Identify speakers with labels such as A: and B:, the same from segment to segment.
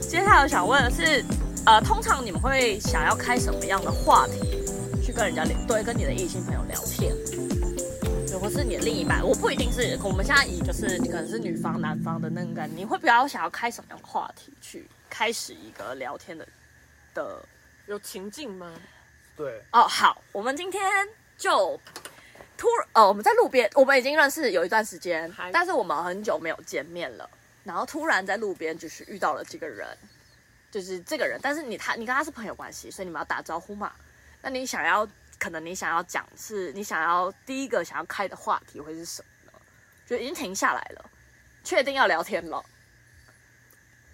A: 接下来我想问的是，呃，通常你们会想要开什么样的话题去跟人家聊，对，跟你的异性朋友聊天，对，或是你的另一半，我不一定是，我们现在以就是你可能是女方男方的那个概念，你会比较想要开什么样的话题去开始一个聊天的的
B: 有情境吗？
C: 对，
A: 哦，好，我们今天就突呃，我们在路边，我们已经认识有一段时间
B: 嗨，
A: 但是我们很久没有见面了。然后突然在路边就是遇到了这个人，就是这个人，但是你他你跟他是朋友关系，所以你们要打招呼嘛。那你想要，可能你想要讲是你想要第一个想要开的话题会是什么呢？就已经停下来了，确定要聊天了。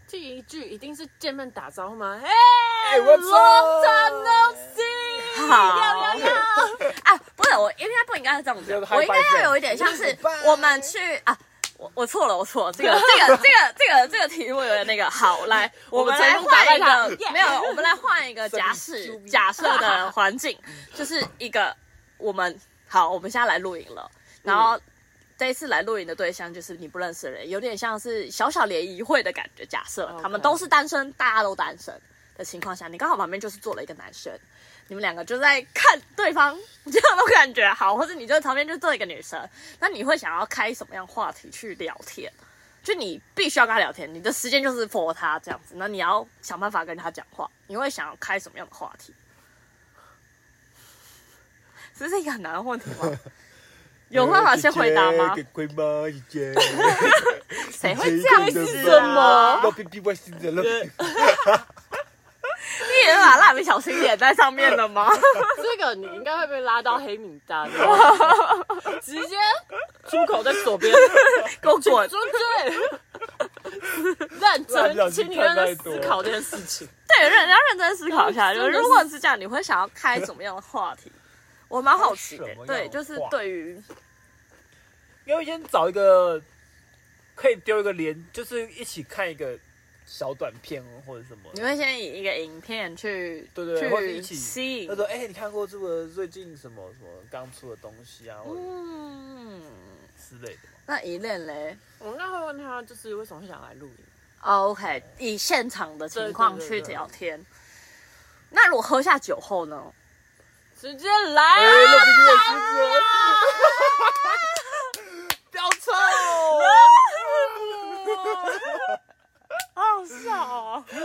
B: 第一句一定是见面打招呼 吗？哎、
C: 哎，what's up？
B: 龙城东西，
A: 好
B: 要要要！
A: 啊，不是，我应该不应该是这样子
C: 就是，high
A: 我应该
C: five
A: 要有一点像是
C: Bye
A: 我们去啊。我我错了，我错了，这个这个这个这个这个题目有点那个好，来， 我们
B: 们
A: 来
B: 成功打败
A: 换一
B: 他
A: 个，没有，我们来换一个假使假设的环境，就是一个我们好，我们现在来露营了，然后这一次来露营的对象就是你不认识的人，有点像是小小联谊会的感觉。假设
B: OK
A: 他们都是单身，大家都单身的情况下，你刚好旁边就是坐了一个男生，你们两个就在看对方，这样的感觉好，或者你就旁边就坐一个女生，那你会想要开什么样话题去聊天？就你必须要跟他聊天，你的时间就是 for 他这样子，那你要想办法跟他讲话。你会想要开什么样的话题？这是一个很难的问题吗？有办法先回答吗？
C: 给龟妈一件，
A: 谁会这样子啊？
C: 老 B B 外星人了，
A: 你也把蜡笔小新演在上面了 吗？
B: 这个你应该会被拉到黑名 单，直接出口在左边，
A: 给我滚！
B: 说对，认真，请你认真思考这件事情。
A: 对，认要认真思考一下，
B: 真
A: 就
B: 的
A: 是
B: 是
A: 如果是这样，你会想要开什么样的话 题？我蛮好奇的
C: 开什，么样的
A: 对，就是
C: 话
A: 对于
C: 因为先找一个可以丢一个连，就是一起看一个小短片或者什么。
A: 你会先以一个影片去
C: 对对对或者
A: 去
C: 一起
A: 吸
C: 他
A: 引，
C: 说：“哎、你看过这个最近什么什么刚出的东西啊，或者
A: 嗯，
C: 之类的吗？
A: 那一恋嘞
B: 我应该会问他，就是为什么会想来露营？
A: ，OK，以现场的情况
B: 对
A: 去
B: 对对对
A: 聊天。那如果喝下酒后呢？
B: 直接来
C: 哎、
B: 啊！
C: 那不是外星人，飙臭！
A: 好笑哦！假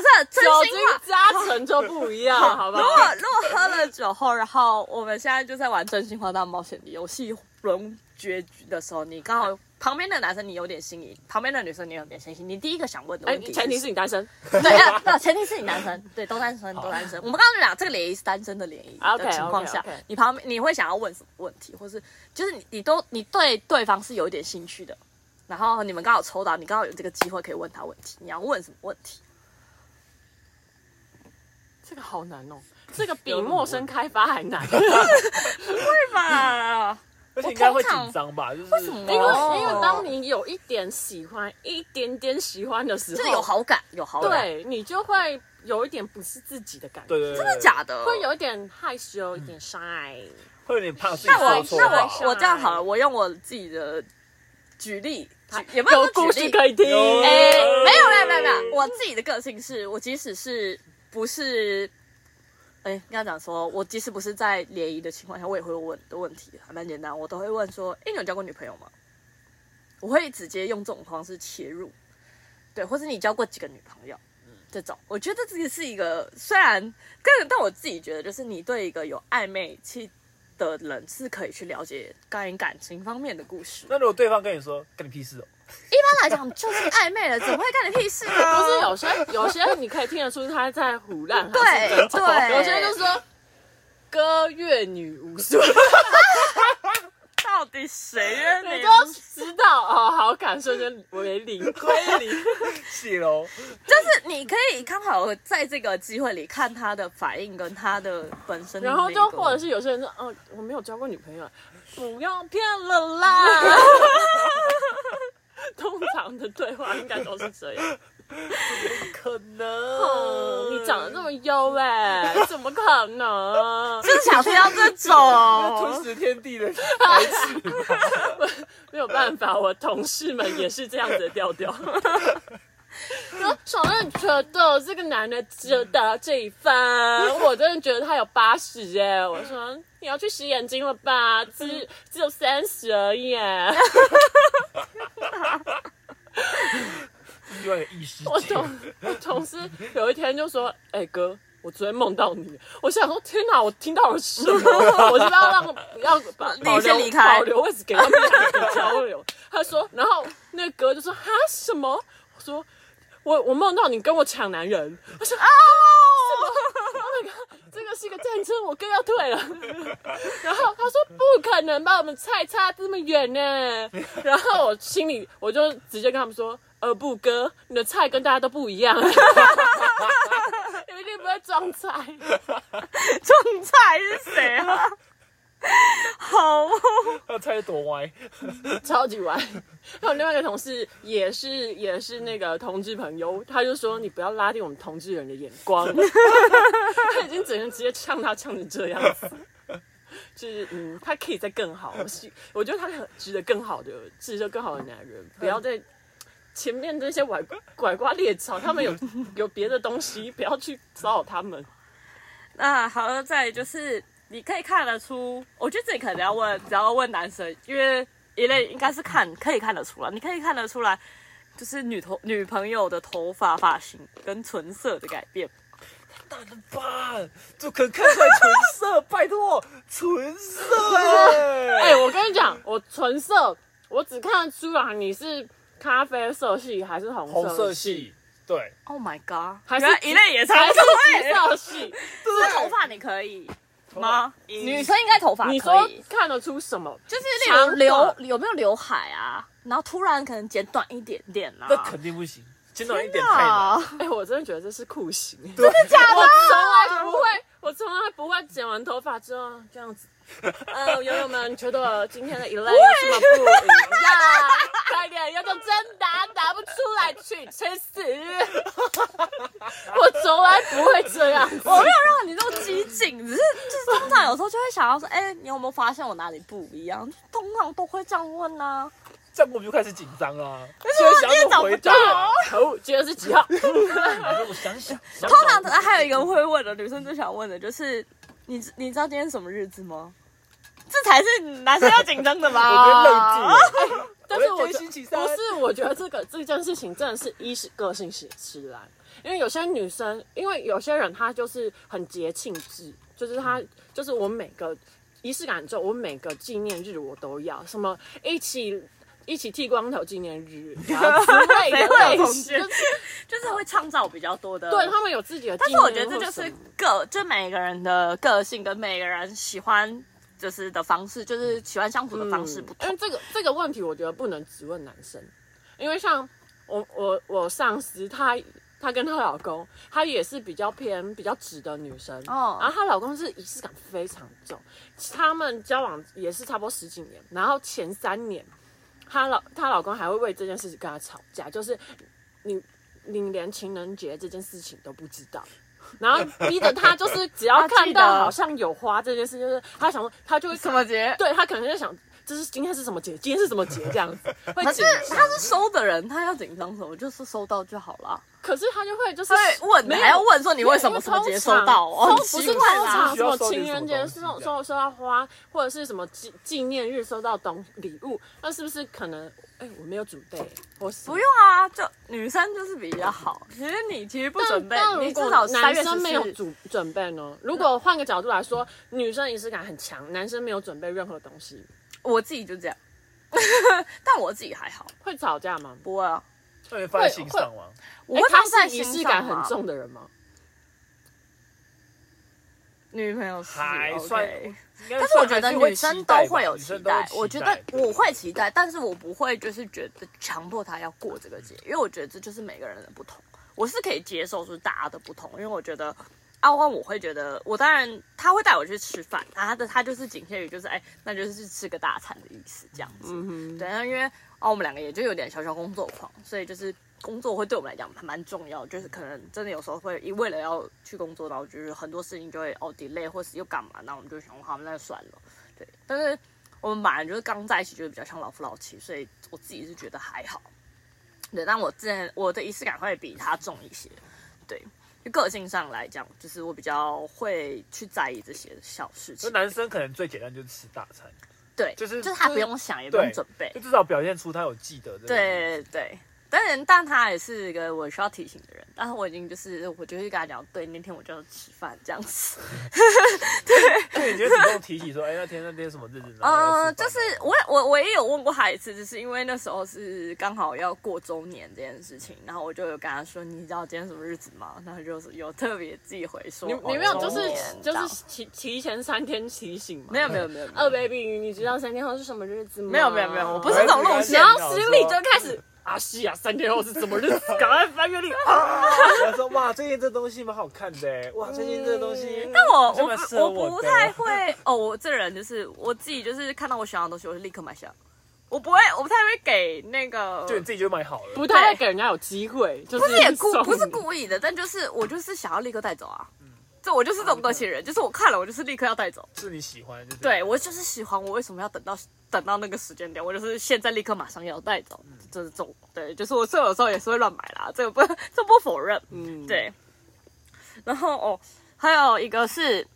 A: 设真
B: 酒
A: 心话
B: 精，加成就不一样，啊好不啊
A: 如
B: 好？
A: 果如果喝了酒后，然后我们现在就在玩真心话大冒险的游戏轮决局的时候，你刚好旁边的男生你有点心仪，旁边的女生你有点心仪，你第一个想问的
B: 哎，
A: 问题，
B: 前提是你单身
A: 对，啊那前提是你男生，对，都单身，都单身。我们刚刚就讲这个联谊是单身的联谊
B: 啊
A: 的
B: ，OK，
A: 情况下
B: OK，OK，
A: 你旁边你会想要问什么问题，或是就是你你都你对对方是有一点兴趣的，然后你们刚好抽到，你刚好有这个机会可以问他问题，你要问什么问题？
B: 这个好难哦，这个比陌生开发还难，
A: 对吧？
C: 而且应该会紧张吧？就是为什
A: 么
B: 因为
A: 哦
B: 因为当你有一点喜欢，一点点喜欢的时
A: 就
B: 候，
A: 是有好感，有好感，
B: 对你就会有一点不是自己的感觉，
C: 对对对，真
A: 真的假的？
B: 会有一点害羞，一点 shy。
C: 会有点怕自己
A: 那我
C: 说错
A: 那
C: 话。
A: 我我这样好了，我用我自己的举例，举也没
B: 有
A: 说
B: 故
A: 举
B: 事
A: 例
B: 可以听。
C: 有
A: 哎、
B: 哎
A: 没有没有没有没有，我自己的个性是我即使是不是，哎、应该讲说，我即使不是在联谊的情况下，我也会问的问题，还蛮简单，我都会问说，哎、你有交过女朋友吗？我会直接用这种方式切入，对，或是你交过几个女朋友？这种，我觉得这个是一个，虽然但但我自己觉得，就是你对一个有暧昧期的人是可以去了解关于感情方面的故事。
C: 那如果对方跟你说“干你屁事哦
A: 一般来讲，嗯就是暧昧了，怎么会干你屁事呢？
B: 不是有些有些你可以听得出他在胡乱， 还是
A: 对对，
B: 有些人就是说歌乐女无数，
A: 到到底谁呀
B: 你
A: 你
B: 就？要知道哦，好感瞬间为零归零。
C: 谢喽。
A: 就是你可以刚好在这个机会里看他的反应跟他的本身的嗯那
B: 然
A: 个，
B: 后就或者是有些人说，哦、我没有交过女朋友，啊不要骗了 啦。通常的对话应该都是这 样。
C: 可
B: 嗯，
C: 能
B: 你长得这么优哎、怎么可能？
A: 就是想听到这
C: 吞
A: 种，
C: 食天地的，
B: 没有办法，我同事们也是这样子的调调。 说小任觉得这个男的值得这一分，我真的觉得他有八十耶。我说你要去洗眼睛了吧，只只有三十而已欸耶。
C: 另外一个意识
B: 我
C: 界
B: 同我同事有一天就说：“哎、哥，我昨天梦到你。”我想说：“天哪，我听到了什么？”我是不是要让要把
A: 你
B: 保留
A: 先离开
B: 保留位置给他们两个交 流。他说，然后那个哥就说：“哈什么？”我说：“我我梦到你跟我抢男人。”我
A: 哦
B: 说：“啊，什么？Oh my god，这个是一个战争，我更要退了。” 然后他说不可能把我们菜差这么远 呢。然后我心里我就直接跟他们说，呃不哥，你的菜跟大家都不 一样， 你一定不会装菜。
A: 仲裁是谁啊？ 好哦，
C: 要猜多歪，
B: 超级歪。 还有另外一个同事也是也是那个同志朋友，他就说你不要拉低我们同志人的眼 光，他已经整个人直接呛他呛成这样子。就是嗯，他可以再更好，我希我觉得他很值得更好的，值得更好的男人，不要再前面那些拐拐瓜裂枣，他 们有有别的东西，不要去骚扰他们。
A: 那好了，再来就是你可以看得出，我觉得这里可能要问，只要问男生，因为一类应该是看可以看得出来，你可以看得出来，就是女头女朋友的头发发型跟唇色的改变。
C: 大了吧？就可看出来唇色，拜托，唇色
B: 哎、
C: 哎、
B: 我跟你讲，我唇色，我只看得出来你是咖啡色系还是红色
C: 红色系，对，
A: Oh my god！
B: 还是
A: 原来一类也
B: 还
A: 猜
B: 是
A: 出来
B: 橘
A: 了，
B: 色系？
A: 是头发你可以吗？哎女
C: 你
A: 生应该头发
B: 你
A: 可
B: 说
A: 以，
B: 看得出什么？
A: 就是例如留
B: 长
A: 有没有刘海啊，然后突然可能剪短一点点啊。
C: 那肯定不行，简短一点太难。
A: 啊，
B: 哎、我真的觉得这是酷刑，真的假的？我从来不会，我从来不会剪完头发之后这样子。呃，友友们，你觉得今天的 e l 有什么不一样？快点，要做真答答不出来去，去死！我从来不会这样子。
A: 我没有让你这么激进，只是就是通常有时候就会想要说，哎、你有没有发现我哪里不一样？通常都会这样问啊。
C: 这样我们就开始紧张啦。现在想要怎么回答？
B: 哦，今天是几号？
C: 你说我想想，想
A: 通
C: 想
A: 常呃还有一个会问的女生最想问的就是，你你知道今天什么日子吗？这才是男生要紧张的吧？
C: 我觉得愣住了。
B: 但是
C: 我
B: 我觉
C: 在追星期三
B: 不是，我觉得这个这件事情真的是一是个性使使然，因为有些女生，因为有些人她就是很节庆制，就是她
A: 嗯
B: 就是我每个仪式感很重，我每个纪念日我都要什么一起。一起剃光头纪念日，然后之类
A: 谁
B: 的
A: 会有
B: 类
A: 同
B: 型，
A: 事
B: 就是
A: 就是会创造比较多的。
B: 对他们有自己的纪
A: 但是
B: 念日
A: 我
B: 或
A: 觉
B: 什么。
A: 得这就是个，就每个人的个性跟每个人喜欢就是的方式，就是喜欢相处的方式不同。
B: 因嗯为这个这个问题，我觉得不能只问男生，因为像我我我上司她她跟她老公，她也是比较偏比较直的女生
A: 哦
B: 然后她老公是仪式感非常重，他们交往也是差不多十几年，然后前三年她老她老公还会为这件事情跟她吵架，就是你你连情人节这件事情都不知道。然后逼得她就是只 要
A: 她记得
B: 看到好像有花这件事，就是她想说她就会
A: 什么节？
B: 对他可能就想，这是今天是什么节，今天是什么节这样 子，会
A: 可是
B: 紧张。
A: 他是收的人，他要紧张什么？就是收到就好啦。
B: 可是他就会就是
A: 他会问，啊
B: 没有
A: 还要问说你为什么什么节收到？哦，
B: 通
A: 很
B: 不
A: 奇
B: 是通
A: 怪
B: 常
A: 啦。
B: 什么情人节收收收到花，或者是什么纪纪念日收到东礼物，那是不是可能？哎、我没有准备，我
A: 不用啊，就女生就是比较好。其实你其实不准备
B: 但，
A: 你
B: 如
A: 至
B: 果
A: 少
B: 男
A: 三月
B: 生
A: 十
B: 没有
A: 四。
B: 准准备呢？如果换个角度来说，女生仪式感很强，男生没有准备任何东西，
A: 我自己就这样， 但我自己还好，
B: 会吵架吗？
A: 不会啊。
C: 那你放在心上吗？
A: 我会
B: 哎
A: 放在啊
B: 他是仪
A: 心
B: 式
A: 上
B: 感
A: 啊
B: 很重的人吗？
A: 女朋友是
C: 还
A: OK
C: 算应该
A: 但是我
C: 算
A: 觉得
C: 还会
A: 女生
C: 期待吧
A: 都会有
C: 女
A: 期
C: 生都
A: 待
C: 会，
A: 我觉得我会期待，但是我不会就是觉得强迫他要过这个节，因为我觉得这就是每个人的不同，我是可以接受就是大家的不同，因为我觉得阿旺我会觉得，我当然他会带我去吃饭，然后他的他就是仅限于就是哎，那就是去吃个大餐的意思这样子，
B: 嗯哼，
A: 对，那因为哦我们两个也就有点小小工作狂，所以就是。工作会对我们来讲还蛮重要，就是可能真的有时候会因为了要去工作，然后就是很多事情就会哦 delay 或是又干嘛，那我们就想好，那就算了。对，但是我们本来就是刚在一起，就是比较像老夫老妻，所以我自己是觉得还好。对，但我之前我的仪式感会比他重一些。对，就个性上来讲，就是我比较会去在意这些小事
C: 就
A: 情。
C: 男生可能最简单就是吃大餐，
A: 对，
C: 就是
A: 就是他
C: 就是
A: 不用想，也不用
C: 对
A: 准备
C: 就。至少表现出他有记得这个。，
A: 对对，当然，但他也是一个我需要提醒的人。但是我已经就是，我就是跟他讲，对，那天我就要吃饭这样子。
C: 你就主动提起说，哎，那天那天什么日子？然后要吃
A: 呃，
C: 饭
A: 就是我我我也有问过他一次，就是因为那时候是刚好要过周年这件事情，然后我就有跟他说，你知道今天什么日子吗？然后就是有特别自己回说，
B: 你
A: 哦
B: 你没有
A: 周
B: 就是
A: 年
B: 就
A: 这样
B: 是提提前三天提醒吗？
A: 没有没有没有没有
B: 二 baby，你知道三天后是什么日子吗？
A: 没有呃没有没有，我不是这
C: 我还
A: 种
C: 以为
A: 路
C: 你
A: 线
B: 然
C: 要。
B: 后心里就开始啊，是啊，三天后是什么日子？赶快翻阅历啊！
C: 然后说哇，最近这东西蛮好看的哎，哇，最近这东西。
A: 但我
C: 这
A: 我
C: 么
A: 不
C: 适合
A: 我不
C: 我的
A: 太会哦，我这人就是我自己就是看到我喜欢的东西，我就立刻买下。我不会，我不太会给那个，
C: 就你自己就买好了。
B: 不太会给人家有机会，就是
A: 不是也故
B: 送
A: 不是故意的，但就是我就是想要立刻带走啊。
C: 嗯
A: 这我就是这种个性人，就是我看了我就是立刻要带走。
C: 是你喜欢，就哦对
A: 对我就是喜欢，我为什么要等到等到那个时间点？我就是现在立刻马上要带走，
C: 嗯
A: 这是种对，就是我所以有时候也是会乱买啦，这个不这不否认，
B: 嗯，
A: 对。然后哦，还有一个是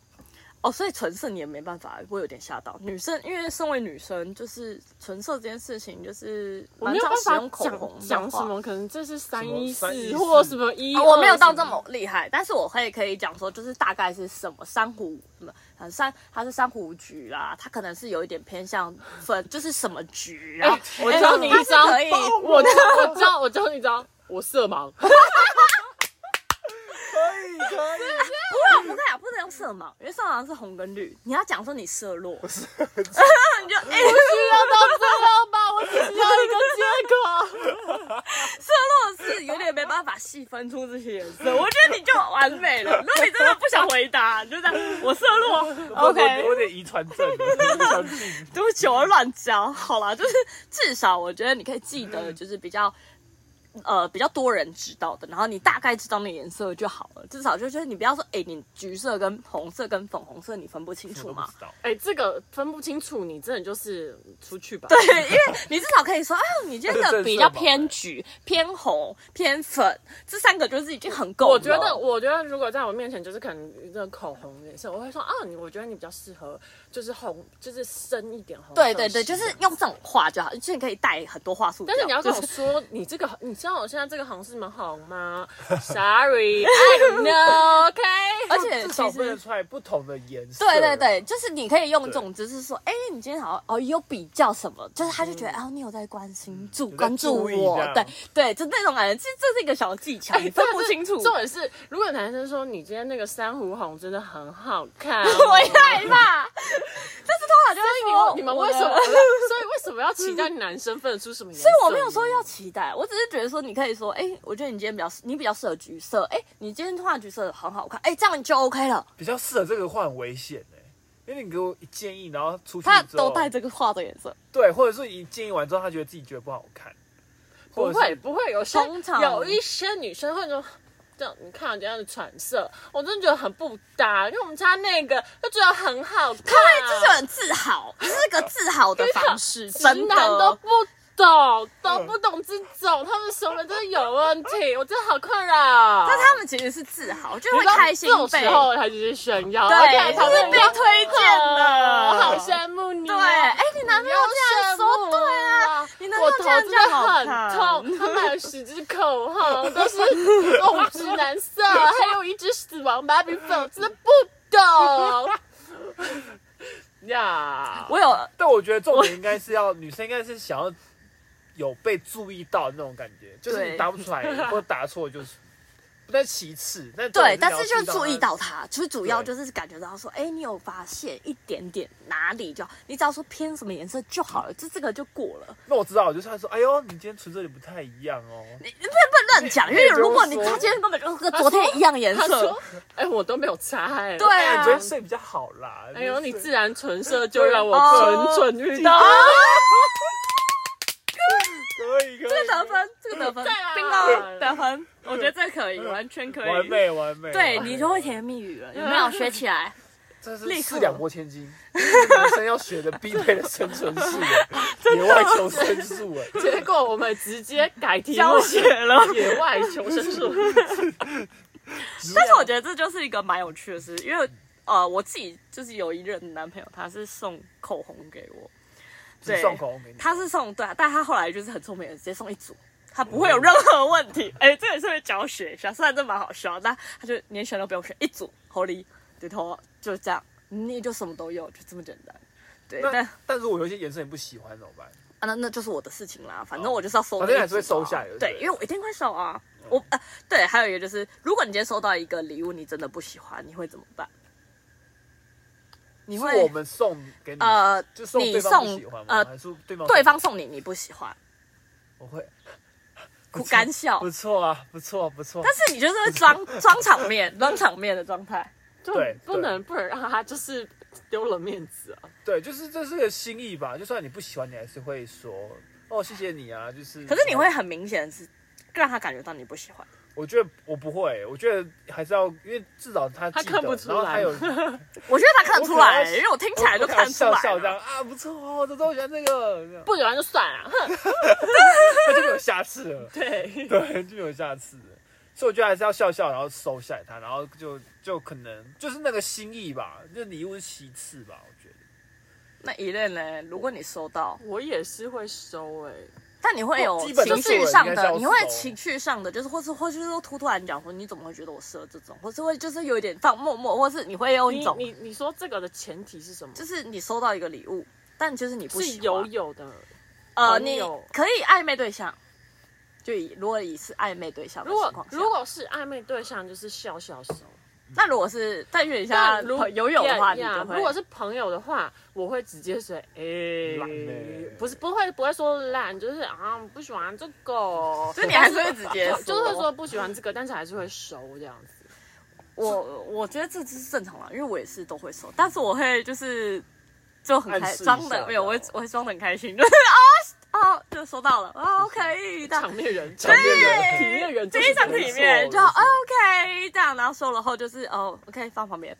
A: 哦，所以唇色你也没办法，我有点吓到女生，因为身为女生，就是唇色这件事情就是
B: 我
A: 蛮
B: 没有
A: 常使用
B: 办法
A: 口红
B: 讲
A: 的
B: 讲
A: 话
B: 什么，可能这是三一
C: 什么三一
B: 四
C: 四
B: 或什么一，
A: 啊我没有到
B: 二什
A: 这
B: 么
A: 么厉害，但是我可以可以讲说，就是大概是什么珊瑚什么，呃珊它是珊瑚橘啦，它可能是有一点偏向粉，就是什么橘啊，
B: 我
A: 哎
B: 教你
A: 它
B: 一
A: 是
B: 招，
A: 可以
B: 我教我教我教你一招，我 色盲，
A: 不
C: 可以可以。
A: 不可以啊，不能用色盲，因为色盲是红跟绿，你要讲说你色弱，不是， 你就哎、
B: 啊色盲，我只需要一个借口。
A: 色弱是有点没办法细分出这些颜色，我觉得你就完美了。如果你真的不想回答，你就这样，我色弱，OK，
C: 我有点遗传症，我不相信。
A: 对不起，我乱讲。好啦， 就是至少我觉得你可以记得，就是比较。呃，比较多人知道的，然后你大概知道那颜色就好了，至少就是你不要说，哎、你橘色跟红色跟粉红色你分不清楚 嘛，
C: 我都不知道？
B: 哎，这个分不清楚，你真的就是出去吧。
A: 对，因为你至少可以说，哎呦，你这个比较偏橘、偏红、偏粉，这三个就是已经很够了。
B: 我觉得，我觉得如果在我面前就是可能这个口红颜色，我会说啊，你我觉得你比较适合就是红，就是深一点红色系。
A: 对对对，就是用这种话就好，就是你可以带很多话术表。
B: 但是你要跟
A: 就
B: 我说，你这个你知道我现在这个行市蛮红吗？Sorry, I don't know. OK，
A: 而且
C: 至
A: 其
C: 少分得
A: 实。
C: 出来不同的颜色。
A: 对对，对，就是你可以用这种，就是说，哎、你今天好像哦有比较什么，就是他就觉得、啊，你有在关心注
C: 在
A: 关注
C: 注意
A: 我
C: 这，样
A: 对对，就那种感觉，其实这是一个小技巧，你分不清楚。
B: 重点是，如果男生说你今天那个珊瑚红真的很好 看、
A: 我会害怕，但是通常就会
B: 你
A: 说
B: 哦们你们为什么？
A: 我的
B: 所以为什么要期待男生分得出什么颜色？
A: 所以我没有说要期待，我只是觉得说你可以说，哎、我觉得你今天比较你比较适合橘色，哎、你今天画橘色很好看，哎、这样你就 OK 了。
C: 比较适合这个话很危险哎，因为你给我一建议，然后出去
A: 他
C: 之后
A: 都带这个画的颜色，
C: 对，或者是一建议完之后，他觉得自己觉得不好看，
B: 不
C: 或者
B: 会
C: 是
B: 不会有些
A: 通常
B: 有一些女生会说。这样，你看我这样的喘色，我真的觉得很不搭，因为我们家那个就觉得很好看，
A: 这是很自豪，这是个自豪的方式，
B: 啊 直
A: 真
B: 男都
A: 的。
B: 不懂，都不懂这种，他们熟人真的有问题，我真的好困扰。
A: 但他们其实是自豪，就是
B: 你
A: 会
B: 知道
A: 开心
B: 这种
A: 被
B: 时候，他就是炫耀，
A: 对，
B: 对，
A: 就
B: 他
A: 是
B: 们
A: 被推荐的，
B: 我好羡慕你
A: 对，
B: 哦。
A: 哎、你男朋友这样说，对啊，
B: 啊
A: 你男朋
B: 我
A: 友
B: 头
A: 这样
B: 真
A: 就
B: 的
A: 好
B: 很
A: 看
B: 痛，他买了十支口 红，都是哦五指蓝色，还有一支死亡芭比粉，我真的不懂。呀，
A: 我有
C: 但我觉得重点应该是要女生应该是想要有被注意到的那种感觉，就是
A: 对
C: 你答不出来或者答错就是不太其次，但重
A: 对，
C: 点
A: 但是
C: 你要
A: 就注意
C: 他
A: 到他，就是主要
C: 对
A: 就是感觉到他说，哎、你有发现一点点哪里就好，你只要说偏什么颜色就好了，就这个就过了。
C: 那我知道，我就是他说，哎呦，你今天唇这里不太一样哦。
A: 你你不能乱讲，因为如果你
C: 那就是说
A: 他今天根本跟
B: 呃
A: 跟昨天一样颜
B: 他
A: 色
B: 说，：“ 哎、我都没有擦、哎，
A: 对
C: 哎，
A: 啊
C: 你昨天睡比较好啦。
B: 哎呦，你
C: 睡
B: 自然唇色就让我蠢蠢欲动。
C: 可以可
A: 这
C: 以，
A: 个得分，这个得分，
B: 对啊
A: 冰糕得分，我觉得这可以，完全可
C: 完
A: 以。
C: 美完美。
A: 对
C: 完美
A: 你就会甜言蜜语了，有没有学起来？
C: 这是
A: 立刻
C: 四两拨千斤，这是男生要学的必备的生 存术，哎野外求生术，哎，
B: 结果我们直接改题 目
A: 教，学 了。
B: 野外求生术。
A: 但是我觉得这就是一个蛮有趣的事，因为呃，我自己就是有一任男朋友，他是送口红给我，对
C: 只送口红给你。
A: 他是送对、啊，但他后来就是很聪明的，直接送一组，他不会有任何问题。 哎、这也是会教学一下，虽然这蛮好笑，但他就连选都不用选，一组狐狸对头就这样，你就什么都有，就这么简单。对，但
C: 那
A: 啊
C: 但如果有一些颜色你不喜欢怎么办？
A: 那那就是我的事情啦，反正我就是要收那
C: 哦反
A: 一组啊、
C: 正还是会收下来的对嗯
A: 对，因为我一定会收啊。我呃，对，还有一个就是，如果你今天收到一个礼物，你真的不喜欢，你会怎么办？你
C: 是
A: 会
C: 我们送给你，
A: 呃，
C: 就送
A: 你
C: 对方不
A: 送
C: 喜欢吗？
A: 呃
C: 还是对方
A: 对方送你你不喜欢，
C: 我会
A: 哭干笑
C: 不，错啊，不错不错。
A: 但是你就是会装装场面、装场面的状态。
B: 就
C: 对
B: 不能不能让他就是丢了面子啊！
C: 对，就是这是个心意吧，就算你不喜欢，你还是会说哦谢谢你啊，就是。
A: 可是你会很明显是让他感觉到你不喜欢。
C: 我觉得我不会，我觉得还是要，因为至少他
B: 他
C: 记
B: 看
C: 得
B: 不出
C: 然后他
B: 来
C: 有
A: 我觉得他看得出来，
C: 我可能要
A: 因为我听起来就看得出
C: 笑
A: 来
C: 笑这
A: 了。
C: 样啊，不错哦，这都喜欢这个，这样
B: 不喜欢就算了、哼，，
C: 那就没有下次了
B: 对，
C: 对，就没有下次了。所以我觉得还是要笑笑，然后收下它，然后就就可能就是那个心意吧，就礼物是其次吧，我觉得。
A: 那一任呢？如果你收到，
B: 我也是会收哎、
A: 但你会有
C: 基本
A: 情
C: 就是
A: 绪
C: 我
A: 上
C: 应该是
A: 的，
C: 要
A: 你会
C: 收
A: 情绪上的，就是或是或是说突突然讲说你怎么会觉得我适合这种，或是会就是有一点放默默，或是你会用一
B: 你
A: 种，
B: 你你说这个的前提是什么？
A: 就是你收到一个礼物，但就是你不
B: 是
A: 喜
B: 友
A: 欢，
B: 友的。
A: 呃，
B: 朋
A: 你
B: 友
A: 可以暧昧对象，就以如果以是暧昧对象的
B: 如
A: 情
B: 果
A: 况下，
B: 如果是暧昧对象，就是笑笑收。
A: 那如果是但约一下
B: 如
A: 友友的话，你就
B: 呀
A: 会
B: 如果是朋友的话，我会直接说，哎、
C: 烂欸
B: 不是不会不会说烂，就是啊不喜欢这个，
A: 所以你还是会直接
B: 就啊 就是会说不喜欢这个，但是还是会收这样子。
A: 我我觉得这就是正常啦，因为我也是都会收，但是我会就是就很
C: 暗
A: 开
C: 示一下
A: 装的没有，我会我会装的很开心，就是 啊啊就收到了啊 OK 这样
B: 场面人，
C: 场面人
B: 体面人，
A: 非常体面，就哦
C: 没错
A: OK 这样，然后收了后就是哦 OK 放旁边，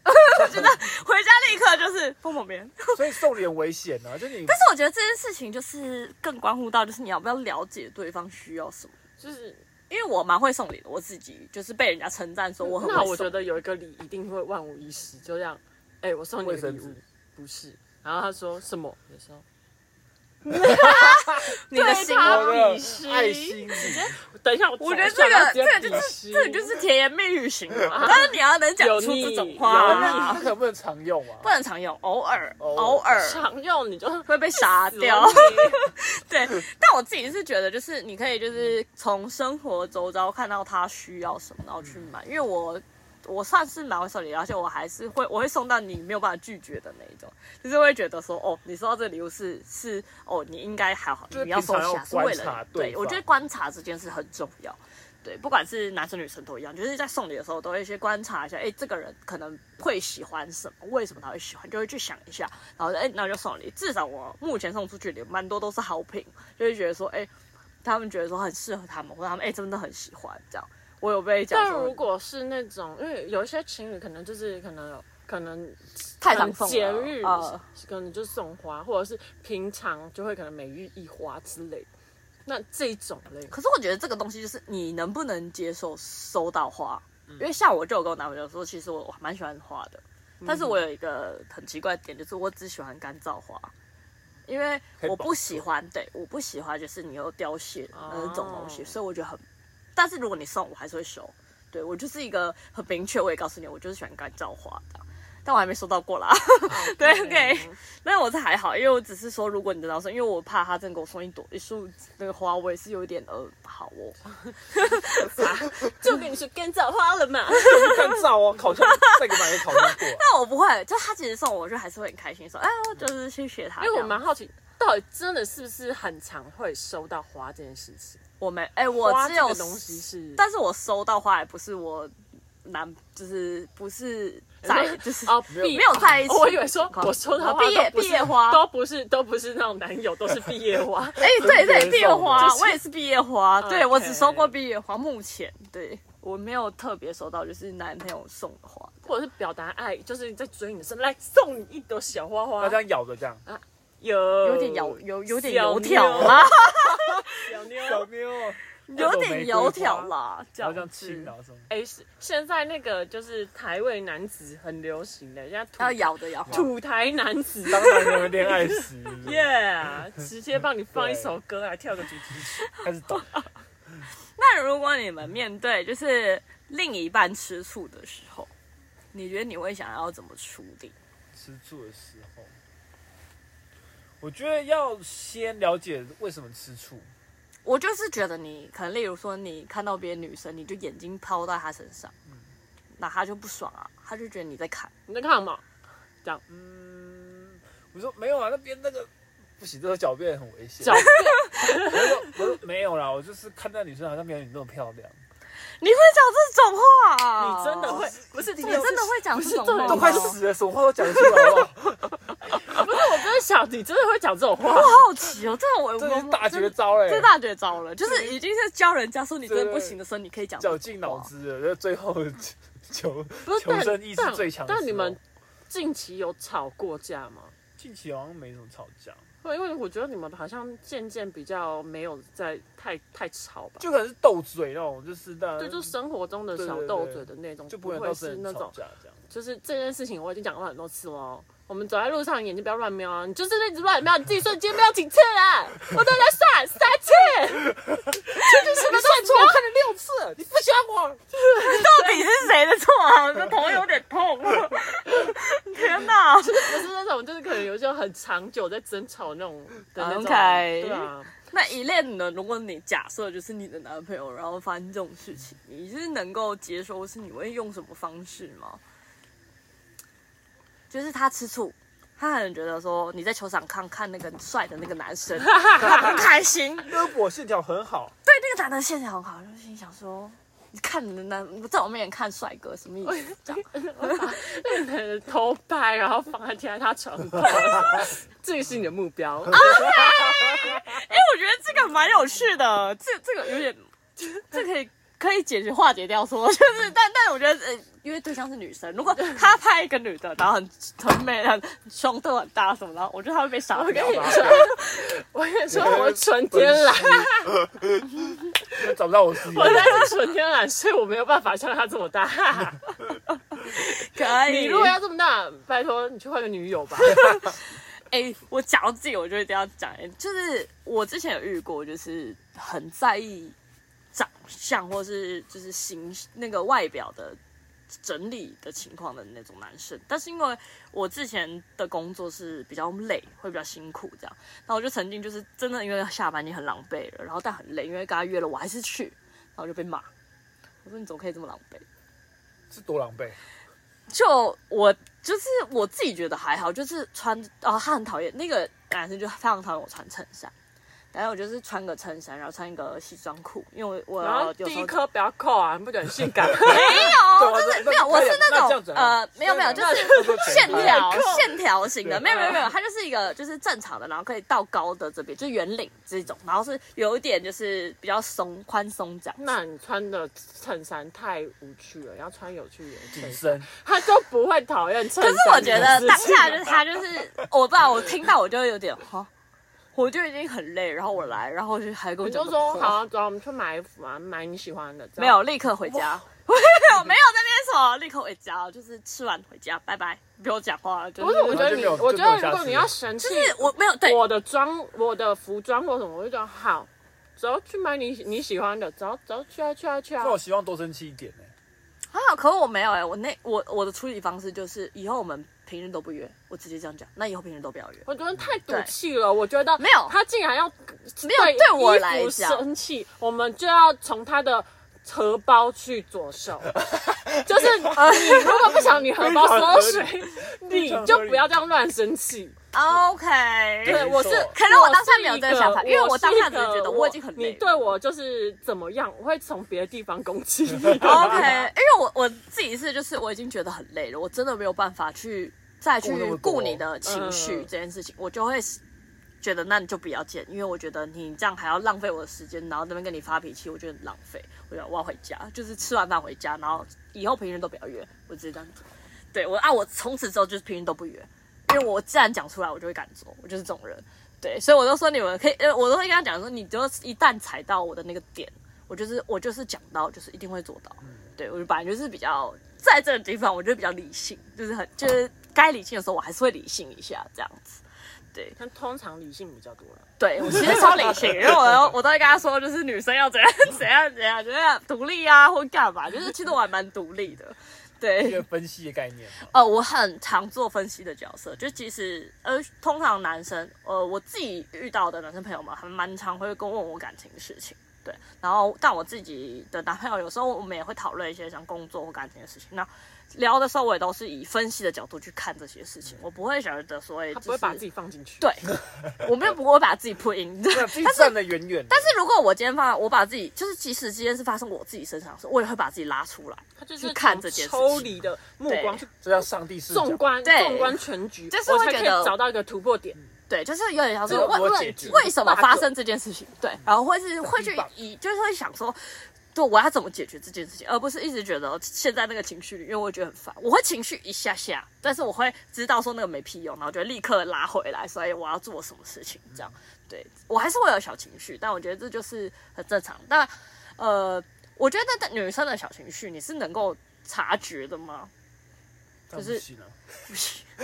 A: 真 的回家立刻就是放旁 边。
C: 所以送礼很危险啊，就你
A: 但是我觉得这件事情就是更关乎到就是你要不要了解对方需要什么。
B: 就是。
A: 因为我蛮会送礼的，我自己就是被人家称赞说 我很会
B: 那
A: 送。
B: 我觉得有一个礼一定会万无一失，就这样。哎、我送你一
C: 卫
B: 个
C: 生
B: 礼
C: 纸
B: 物，不是。然后他说什么？我说
A: 你的
B: 对
A: 心
B: 他
A: 哦，
C: 我的
B: 鄙视
C: 爱心啊礼，
B: 等一下，我
A: 我觉得
B: 想
A: 这
B: 到
A: 个
B: 直
A: 这个
B: 接
A: 就
B: 鄙
A: 是
B: 视
A: 这个就是甜言蜜语型的， 但是你要能讲出这种话
B: 油
C: 那
A: 啊，
C: 可能不能常用啊
A: 不。能常用，偶尔
C: 偶尔
A: 偶尔
B: 常用，你就
A: 会被杀
B: 死
A: 掉
B: 亡。
A: 对，但我自己是觉得，就是你可以就是从生活周遭看到他需要什么，然后去买，因为我。我算是蛮会送礼，而且我还是会，我会送到你没有办法拒绝的那一种，就是会觉得说，哦，你收到这个礼物是是，哦，你应该还好，
C: 就是
A: 你要收
C: 平常
A: 下
C: 要
A: 是为
C: 观察
A: 了你
C: 对
A: 我
C: 方
A: 觉得观察这件事很重要，对，不管是男生女生都一样，就是在送礼的时候都会先观察一下，哎，这个人可能会喜欢什么，为什么他会喜欢，就会去想一下，然后哎，那就送礼。至少我目前送出去的蛮多都是好评，就会觉得说，哎，他们觉得说很适合他们，或者他们哎真的很喜欢这样。我有被讲
B: 但
A: 说
B: 如果是那种，因为有一些情侣可能就是可能有可能
A: 太常送了
B: 节日、
A: 呃
B: 可能就送花，或者是平常就会可能每日一花之类的。那这种类，
A: 可是我觉得这个东西就是你能不能接受收到花，
C: 嗯
A: 因为像我就有跟我男朋友说，其实我我蛮喜欢花的，
C: 嗯
A: 但是我有一个很奇怪的点，就是我只喜欢干燥花，因为
C: 可以
A: 我
C: 保
A: 不喜欢，对，我不喜欢就是你又凋谢的那种东西，
B: 哦
A: 所以我觉得很，但是如果你送我还是会收，对我就是一个很明确，我也告诉你，我就是喜欢干燥花的。但我还没收到过啦。哦 对，OK，那啊我是还好，因为我只是说，如果你的男生，因为我怕他真的给我送一朵一束那个花，我也是有一点呃，好哦，
B: 就跟你说干燥花了嘛。
A: 啊
C: 干燥哦，烤箱再给买个烤箱过来。啊
A: 但我不会，就他其实送我，我就还是会很开心，说哎呦，就是谢谢他这
B: 因
A: 样。
B: 为我蛮好奇，到底真的是不是很常会收到花这件事情？
A: 我没哎、我
B: 花
A: 只
B: 这
A: 有
B: 个东西是，
A: 但是我收到花也不是我男，就是不是 在，就是
B: 哦，
A: 没有在一起。
B: 我以为说我收到花
A: 毕业
B: 都不是
A: 毕业花
B: 都不是都不是那种男友，都 是毕业花。
A: 哎、对对，毕业花，
B: 就是
A: 我也是毕业花，对我只
B: OK
A: 收过毕业花，目前对我没有特别收到，就是男朋友送的花。
B: 或者是表达爱，就是你在追你的时候，来送你一朵小花花
C: 他这，样咬着这样，
B: 有
A: 有点油有有点
B: 呃小
A: 油条
B: 妞
A: 啦，
B: 小
C: 小
B: 妞。
C: 妞，
A: 有点油条
C: 了，
A: 啦，这
C: 然后
A: 样
C: 这样
A: 子
C: 亲，然后什么？
B: 哎，是现在那个就是台味男子很流行的，人家
A: 要
B: 土
A: 咬的咬。
B: 土台男子
C: 当男人的恋爱时，
B: ，Yeah，直接帮你放一
C: 对
B: 首歌来跳个主题曲。
C: 开始抖。
A: 那如果你们面对就是另一半吃醋的时候，你觉得你会想要怎么处理？
C: 吃醋的时候，我觉得要先了解为什么吃醋。
A: 我就是觉得你可能，例如说你看到别的女生，你就眼睛抛到她身上，
B: 嗯
A: 那她就不爽啊，她就觉得你在看。
B: 你在看什么？
C: 嗯，我说没有啊，那边那个不行，这个狡辩很危险。
B: 小
C: 我说我说没有啦，我就是看那女生好像没有你那么漂亮，
A: 你会讲这种话、啊？
B: 你真的会？不哦 是，你
A: 你真的会讲这种
B: 不是
A: 话？
B: 这
C: 都快死了，什么话都讲得出来好不好？
B: 不是，我真的想，你真的会讲这种话
A: 我？好奇 哦，这个我
C: 这
A: 我
C: 是大绝
A: 真的
C: 招嘞、欸
A: 这大绝招了，就是已经是教人家说你真的不行的时候，你可以讲这种
C: 绞
A: 话
C: 尽脑。汁了，那最后求
B: 不是，
C: 求
B: 但
C: 生意志最强的
B: 但
C: 时
B: 但
C: 候。
B: 你们近期有吵过架吗？
C: 近期好像没什么吵架，
B: 对，因为我觉得你们好像渐渐比较没有在太太吵吧，
C: 就可能是斗嘴那种，就是大家
B: 对，就生活中的
C: 对
B: 小
C: 对
B: 斗
C: 对
B: 嘴的那种，
C: 就不
B: 不
C: 能到
B: 会
C: 真
B: 是
C: 的
B: 那
C: 吵
B: 种，
C: 架这样。
B: 就是这件事情我已经讲过很多次了哦。我们走在路上，眼睛不要乱瞄啊！你就是一直乱瞄，你自己瞬间瞄几次啊？我都在算三次， 就是什么都错，
C: 看了六次，你不喜欢我？
A: 到底是谁的错啊？ 我的头有点痛。 天哪！
B: 不是那种，就是可能有时候很长久在争吵那种的那种
A: OK
B: 对啊，
A: 那一恋呢？如果你假设就是你的男朋友，然后发生这种事情，你是能够接受，是你会用什么方式吗？就是他吃醋，他可能觉得说你在球场看看那个帅的那个男 生，他很开心。
C: 胳膊线条很好，
A: 对那个男的线条很好，就是心想说，你看你的男在我面前看帅哥什么 意思？这样
B: 呃偷拍然后放在贴在他床 头，这个是你的目标。
A: 哎、我觉得这个蛮有趣的，这这个有 点，这可以可以解决化解掉说， 就是但但我觉得，呃，因为对象是女生，如果他拍一个女的，然后很很美，很胸都很大什么，然后我觉得他会被杀
B: 我跟
A: 掉
B: 你
A: 吧。
B: 说， 我跟你说，我纯天然，
C: 就找不到我自己。
B: 我那是纯天然，所以我没有办法像他这 么大。
A: 可以，
B: 你如果要这么大，拜托你去换个女 友吧。
A: 哎、我讲到自己，我就一定要讲，就是我之前有遇过，就是很在意长相或是就是形那个外表的整理的情况的那种男生，但是因为我之前的工作是比较累，会比较辛苦这样，然后我就曾经就是真的因为下班已经很狼狈了，然后但很累，因为跟他约了，我还是去，然后就被骂，我说你怎么可以这么狼狈？
C: 是多狼狈，
A: 就我就是我自己觉得还好，就是穿哦，他很讨厌那个男生，就非常讨厌我穿衬衫。然后我就是穿个衬衫，然后穿一个西装裤，因为我
B: 然后
A: 有
B: 第
A: 时候
B: 一颗不要扣啊，你不觉得很性 感？
A: 没有，
C: 对
A: 就是
C: 那
A: 没有，
C: 那
A: 我是
C: 那
A: 那
C: 这
A: 种
C: 样子啊
A: 呃，没有没有，就是线条线条型的，
B: 啊
C: 对
A: 没有没有没有，它就是一个就是正常的，然后可以到高的这边，就是圆领这种，然后是有一点就是比较松宽松这样。
B: 那你穿的衬衫太无趣了，要穿有趣一点的
C: 紧
B: 衬衫。
C: 身，
B: 他都不会讨厌
A: 嗯
B: 衬
A: 可
B: 衫。
A: 是我觉得当下就是他就是，我不知道，我听到我就有点哈，我就已经很累，然后我来，然后就还跟我
B: 你
A: 讲
B: 就说好、啊，走啊，我们去买衣服啊，买你喜欢的。这样
A: 没有立刻回家，没有 没有在那边说立刻回家，就是吃完回家，拜拜，不用讲话，就
B: 不是，我觉
C: 然
B: 得
C: 后就
B: 你，
C: 没有
B: 我
C: 就
B: 觉
C: 没有
B: 得
C: 下
B: 如果
C: 次
B: 你
C: 了
B: 要神气，
A: 就是我没有对，
B: 我的妆、我的服装或什么，我就觉得好，走去买你你喜欢的，走走去啊去啊去啊
C: 那。我希望多生气一点呢、
A: 还好，可我没有哎、我那我我的处理方式就是以后我们平日都不约，我直接这样讲，那以后平日都不要约。
B: 我觉得太赌气了，我觉得
A: 没有
B: 他竟然要
A: 没有对我来
B: 衣服
A: 讲
B: 生气，我们就要从他的荷包去 着手，就是你如果不想你荷包缩水，你就不要这样乱生气。
A: OK，
B: 对，我是
C: 没错，
A: 可能我当下没有这个想法
B: 我是一
A: 因为我当下只是觉得
B: 我
A: 我已经很累了
B: 你对我就是怎么样，我会从别的地方攻击你。
A: OK，因为我我自己是就是我已经觉得很累了，我真的没有办法去再去
C: 顾那么多
A: 顾你的情绪
B: 嗯
A: 这件事情，我就会觉得那你就不要见，因为我觉得你这样还要浪费我的时间，然后在那边跟你发脾气，我觉得很浪费。我要我要回家，就是吃完饭回家，然后以后平时都不要约，我直接这样子。对我啊，我从此之后就是平时都不约，因为我既然讲出来，我就会敢做，我就是这种人。对，所以我都说你们可以，呃，我都会跟他讲说，你只要一旦踩到我的那个点，我就是我就是讲到，就是一定会做到。对我就本来就是比较在这个地方，我就比较理性，就是很就是该理性的时候，我还是会理性一下这样子。
B: 但通常理性比较多了，
A: 对我其实超理性，因为我我都会跟他说，就是女生要怎样 怎样怎样，就是独立啊，或干嘛，就是其实我还蛮独立的。
C: 一
A: 对
C: 个，分析的概念嘛。
A: 呃，我很常做分析的角色，就其实呃，通常男生，呃，我自己遇到的男生朋友们，还蛮常会跟问我感情的事情。对，然后但我自己的男朋友有时候我们也会讨论一些像工作或感情的事情。那聊的时候，我也都是以分析的角度去看这些事情，我不会觉得所谓、
B: 他
A: 就是、
B: 不会把自己放进去。
A: 对，我没有不会把自己 put in，
C: 那自己站得远远的，但
A: 但是如果我今天放，我把自己就是，即使今天是发生我自己身上的事，我也会把自己拉出来。
B: 他就是
A: 去看这件事情嗯
B: 抽离的目光去
C: 这叫上帝视角。
B: 纵观
A: 对
B: 纵观全局，
A: 就是
B: 我
A: 会
B: 才可
A: 觉
B: 以
A: 得嗯
B: 找到一个突破点。
A: 对，就是有点像是
C: 这个
A: 为
C: 我
A: 为
C: 解决
A: 为什么发生这件事情，对，然后会是会去
C: 很棒
A: 以就是会想说，对我要怎么解决这件事情，而不是一直觉得陷在那个情绪里，因为我会觉得很烦，我会情绪一下下，但是我会知道说那个没屁用，然后就会立刻拉回来，所以我要做什么事情这样。对我还是会有小情绪，但我觉得这就是很正常。但呃，我觉得女生的小情绪你是能够察觉的吗？
C: 但
A: 就是
C: 不行啊，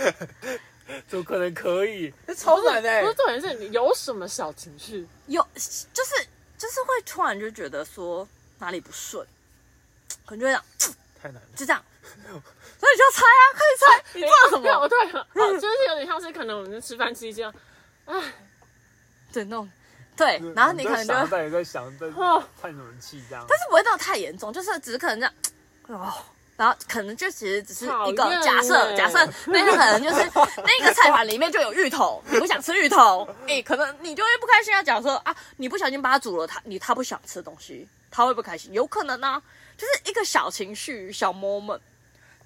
C: 怎么可能可以？这
B: 不
C: 超
B: 是
C: 难哎
B: 不是！重点是你有什么小情绪？
A: 有，就是就是会突然就觉得说哪里不顺，可能就会想
C: 太难了。
A: 就这样，所以你就猜啊，快点猜，你知道什
B: 对，我
A: 么？
B: 突 然想哦就是有点像是可能我们吃饭期间，
A: 对，那种对，然嗯后你可能就，
C: 在想
A: 但
C: 到底在想在
B: 哦，
C: 叹什么气这样？
A: 是不会到太严重，就是只是可能这样，哦。然后可能就其实只是一
B: 讨
A: 个
B: 厌
A: 假设，
B: 欸
A: 假设那个可能就是那个菜盘里面就有芋头，你不想吃芋头，哎、可能你就会不开心。要讲说啊，你不小心把它煮了，他你他不想吃的东西，他会不开心，有可能啊，就是一个小情绪、小 moment，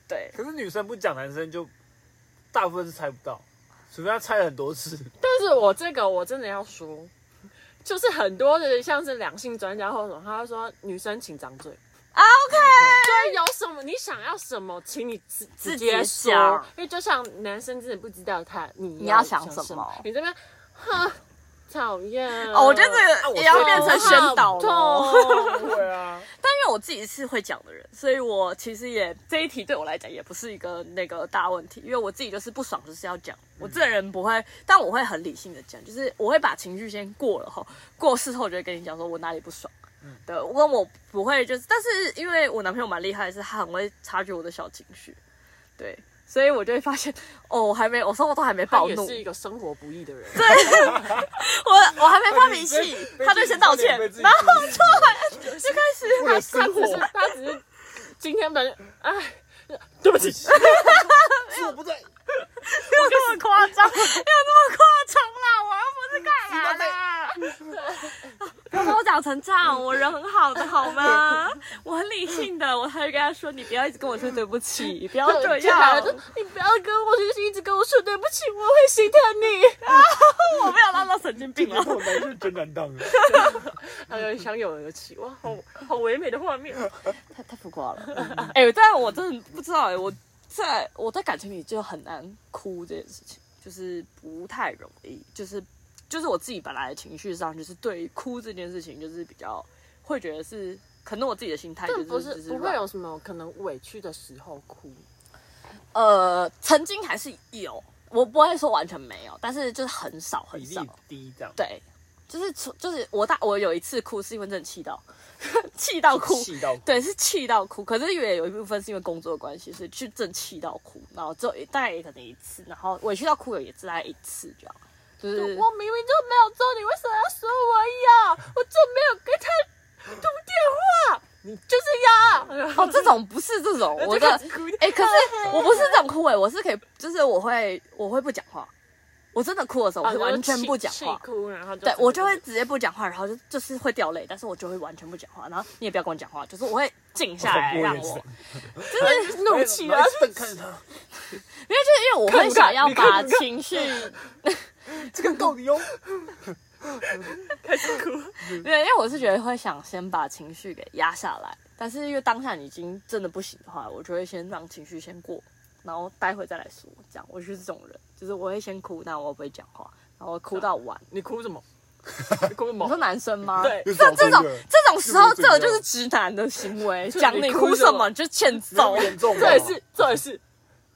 A: 对，
C: 可是女生不讲，男生就大部分是猜不到，除非他猜了很多次。
B: 但是我这个我真的要说，就是很多的像是两性专家或者什么，他会说女生请张嘴。
A: OK，
B: 对，有什么你想要什么，请你直直接
A: 自己
B: 说
A: 想，
B: 因为就像男生真的不知道他你
A: 你要
B: 想
A: 想什
B: 什
A: 么
B: 你这边，哼，讨厌。
A: 哦，我
B: 呃
A: 觉得
B: 啊
A: 这个也要变成宣导了。
B: 哦。
C: 对啊，
A: 但因为我自己是会讲的人，所以我其实也这一题对我来讲也不是一个那个大问题，因为我自己就是不爽就是要讲，我这个人不会，但我会很理性的讲，就是我会把情绪先过了后，过事后我就会跟你讲说我哪里不爽。
B: 嗯
A: 对，我跟我不会就是，但是因为我男朋友蛮厉害的是，他很会察觉我的小情绪，对，所以我就会发现，哦，我还没，我说我都还没
B: 他
A: 暴
B: 也
A: 怒，
B: 是一个生活不易的人，
A: 我 我还没发脾气，他就先道歉，然后
C: 就
A: 就开始
C: 为了
B: 他
C: 生
B: 只是
C: 活，
B: 他只是今天本哎，对不起，
C: 是我不对，
A: 有那么夸张，有那么夸张啦！我又不是干嘛的，不要把我讲成这样，我人很好的好吗？ 我很理性的，我还会跟他说，你不要一直跟我说对不起，不要这
B: 接下来
A: 样
B: 就。你不要跟我就是一直跟我说对不起，我会心疼你。
A: 我没有拉到神经病啊！
C: 我男生真难当 啊。
B: 还有想有而起，哇，好好唯美的画面。
A: 太太浮夸了。 哎、但我真的不知道哎、我在我在感情里就很难哭这件事情，就是不太容易，就是就是我自己本来的情绪上，就是对于哭这件事情，就是比较会觉得是。可能我自己的心态就
B: 但
A: 是
B: 不
A: 就是是
B: 不会
A: 软
B: 有什么可能委屈的时候哭，
A: 呃，曾经还是有，我不会说完全没有，但是就是很少很
C: 比
A: 少
C: 例。低这样。
A: 对，就是出就是我大我有一次哭是因为真的气到 气到哭，
C: 气到
A: 对，是气到哭。可是也有一部分是因为工作的关系，所以去真的气到哭。然后只有大概也可能一次，然后委屈到哭了也只大概一次这样。就是
B: 我明明就没有做，你为什么要说我呀？我就没有跟他通电话，你就是 呀。
A: 哦，这种不是这种，我的
B: 就开始哭
A: 哎、可是我不是这种哭哎、我是可以，就是我会我会不讲话，我真的哭的时候我
B: 啊
A: 会完全不讲话
B: 气，哭，然后
A: 对我就会直接不讲话，然后就就是会掉泪，但是我就会完全不讲话，然后你也不要跟我讲话，就是我会静下来
C: 好
A: 让
C: 眼
A: 我
C: 神，
A: 就是怒气啊
C: 然后，一直瞪哎看着他，
A: 因为就是因为我会想要把情绪，
C: 这个 够你用。
B: 开始哭。
A: 对，因为我是觉得会想先把情绪给压下来，但是因为当下你已经真的不行的话，我就会先让情绪先过，然后待会再来说，这样我就是这种人，就是我会先哭，但我不会讲话，然后哭到晚。
B: 你哭什 么？你哭什
A: 你说
B: 么？
A: 男生吗？
B: 对
A: 这这种这种时候，
C: 是不是
A: 这
C: 这个
A: 种就是直男的行为，
B: 就是
A: 讲
B: 你
A: 你
B: 哭
A: 哭
B: 什么
A: 什么你就欠揍
C: 么，严重吗？哦
B: 这也是，这也是，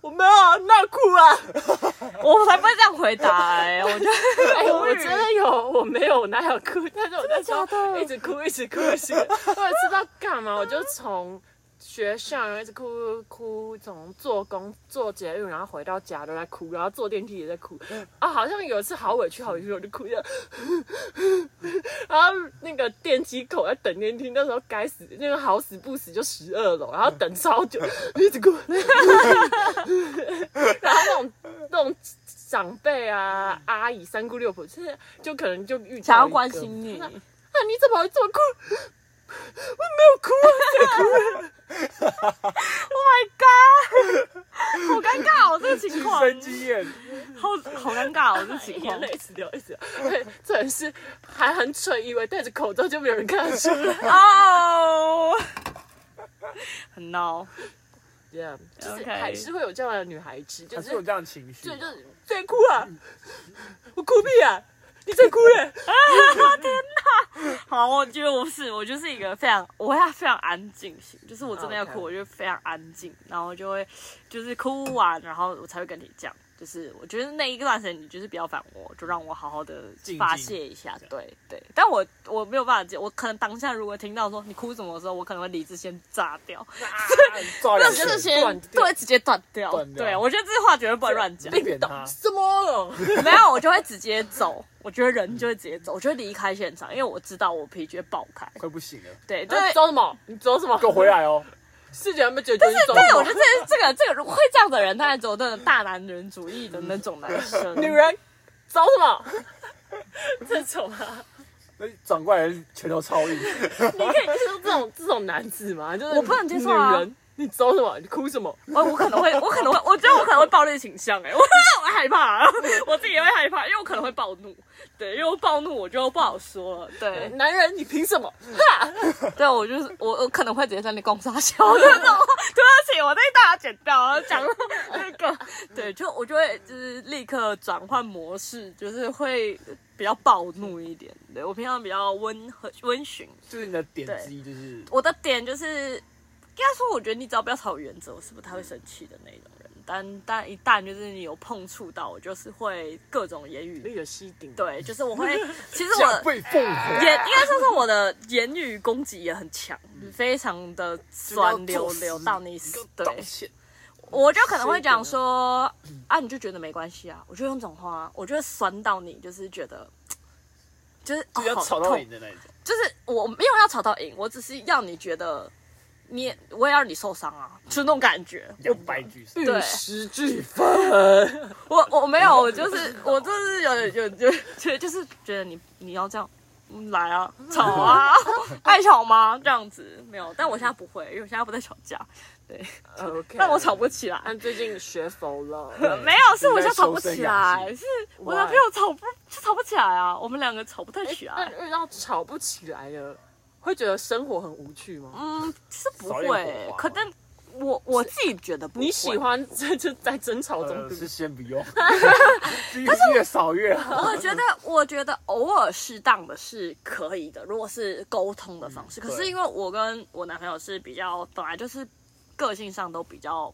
B: 我没有啊那哭啊。
A: 我才不会这样回答哎、我就
B: 哎，我真的有，我没有，我哪有哭？但是我那时
A: 假的
B: 候一直哭，一直哭，一直哭。 我也知道干嘛，我就从学校然后一直哭哭，从做工做捷运，然后回到家都在哭，然后坐电梯也在哭。
A: 嗯
B: 啊，好像有一次好委屈，好委屈，我就哭了。然后那个电梯口在等电梯，那时候该死，那个好死不死就十二楼，然后等超久，一直哭。然后那种那种长辈啊、阿姨、三姑六婆，就是就可能就遇到一个
A: 想要关心你
B: 那。啊，你怎么这么哭？我没有哭啊，
A: Oh 好尴尬哦，这个情况，
C: 神经验，
A: 好好尴尬哦，这个情
B: 眼
A: 况。
B: 泪一直流，一直流。对，这人是还很蠢，以为戴着口罩就没有人看得出来。
A: 哦， 很闹。
B: Yeah，就是
A: OK
B: 还是会有这样的女孩子，就
C: 还
B: 是
C: 是有这样的情绪
B: 对，。就是在哭啊，我哭屁啊，你在哭耶、
A: 好，我觉得我不是，我就是一个非常，我要非常安静型，就是我真的要哭
B: OK
A: 我就非常安静，然后就会就是哭完，然后我才会跟你讲。就是我觉得那一段时间你就是不要烦我，就让我好好的
C: 静
A: 发泄一下。对对，但我我没有办法接，我可能当下如果听到说你哭什么的时候，我可能会理智先炸掉，
C: 抓
A: 但
C: 两
A: 是这
C: 拳，
A: 些
B: 断掉
A: 对直接断掉。
C: 断掉
A: 对，我觉得这句话绝对不能乱讲。
C: 并扁他，
B: 什 么？
A: 没有，我就会直接走。我觉得人就会直接走，我就会离开现场，因为我知道我脾气会爆开。
C: 快不行了，
A: 对对，
B: 你走什么？你走什么？
C: 给我回！来哦！
B: 事情还没解决，你走
A: 对，
B: 什
A: 我
B: 么
A: 觉？得这这个这个会这样的人，当然只有那种大男人主义的那种男生。
B: 女人走什么？这种啊，
C: 那转过来拳头超硬，
B: 你可以接受这种这 种男子吗？就是
A: 我不能接受啊
B: 女人，你走什么？你哭什么？
A: 我我可能会，我可能会，我觉得我可能会暴力倾向哎、我我会害怕、 我自己也会害怕，因为我可能会暴怒。对，因为我暴怒，我就不好说了。对，
B: 男人，你凭什么？
A: 对啊我就是我，我可能会直接在那攻杀小的那种。对不起，我那一大剪掉，然后讲到那个，对，就我就会就是立刻转换模式，就是会比较暴怒一点。对我平常比较温和温驯，
C: 就是你的点之一就是
A: 我的点就是，应该说，我觉得你只要不要吵原则，我是不太会生气的那种人。但 但一旦就是你有碰触到，我就是会各种言语，
B: 绿有吸顶，，
A: 对，就是我会，其实
C: 加
A: 我
C: 倍奉 还，
A: 言应该说是我的言语攻击也很强，非常的酸溜溜到你死。对，
C: 道歉，
A: 我就可能会讲说，啊，你就觉得没关系啊，我就用这种话，我就会酸到你，就是觉得。就是哦
C: 就要
A: 好
C: 吵
A: 痛
C: 到赢的那一种，
A: 就是我没有要吵到赢，我只是要你觉得你也，我也要你受伤啊，就是那种感觉。
C: 两败俱伤。
A: 对
B: 玉石俱焚。
A: 我我没有，我就是我就是有有有就就是觉得你你要这样。嗯来啊，吵啊，爱吵吗？这样子没有，但我现在不会，因为我现在不在吵架，
B: OK，
A: 但我吵不起来。
B: 但最近学佛了，
A: 嗯没有，是我现在吵不起来，
C: 你在修身养
A: 是我男朋友吵不是吵不起来啊，我们两个吵不太起
B: 哎那
A: 来。
B: 遇到吵不起来的，会觉得生活很无趣吗？
A: 嗯，是不
C: 少点火
A: 会
C: 花，
A: 可能我我自己觉得不会。
B: 你喜欢在 就在争吵中
C: 呃
B: 度
C: 是先不 用， 是越少越好。
A: 我觉得，我觉得偶尔适当的是可以的，如果是沟通的方式。
C: 嗯
A: 可是
C: 对
A: 因为我跟我男朋友是比较本来就是个性上都比较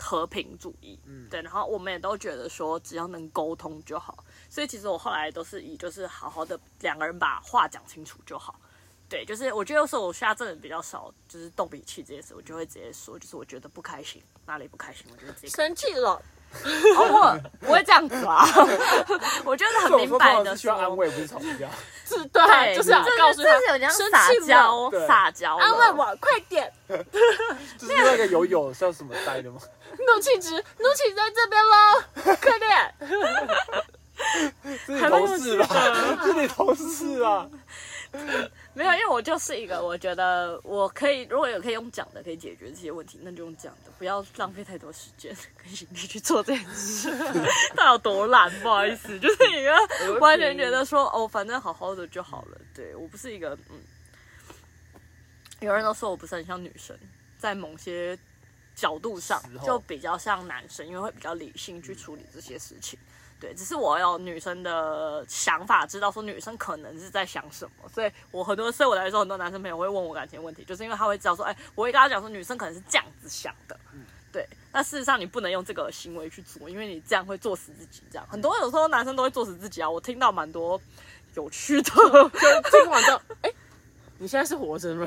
A: 和平主义，
C: 嗯
A: 对，然后我们也都觉得说只要能沟通就好，所以其实我后来都是以就是好好的两个人把话讲清楚就好，对，就是我觉得有时候我现在真的比较少就是动笔气这件事，我就会直接说，就是我觉得不开心，哪里不开心，我就会直接
B: 生气了，
A: 跟，哦，不会这样子 啊，我觉得很
C: 这种
A: 明
C: 说通
A: 白
C: 常
A: 的
C: 是需要安慰，不是吵架。
B: 是 对，就是要告诉
A: 啊这是有
B: 他
A: 点像
B: 生
A: 撒
B: 气了，
A: 娇，
C: 对
A: 撒娇了，
B: 安慰我，快点，
C: 就是另外一个友友叫什么呆的吗？
B: 怒气值，怒气在这边 喽，快点，
C: 是你同事吧？是你同事啊？
A: 没有，因为我就是一个，我觉得我可以，如果有可以用讲的，可以解决这些问题，那就用讲的，不要浪费太多时间 跟心力去做这件事。 他有多懒，不好意思，就是一个完全觉得说哦，反正好好的就好了。对我不是一个嗯，有人都说我不是很像女生，在某些角度上
C: 时候嗯
A: 就比较像男生，因为会比较理性去处理这些事情。对，只是我有女生的想法，知道说女生可能是在想什么，所以我很多，所以我来说，很多男生朋友会问我感情问题，就是因为他会知道说，哎，我会跟他讲说，女生可能是这样子想的，
C: 嗯
A: 对。那事实上你不能用这个行为去做，因为你这样会做死自己。这样很多有时候男生都会做死自己啊，我听到蛮多有趣的，
B: 听完之后，哎，你现在是活着 吗？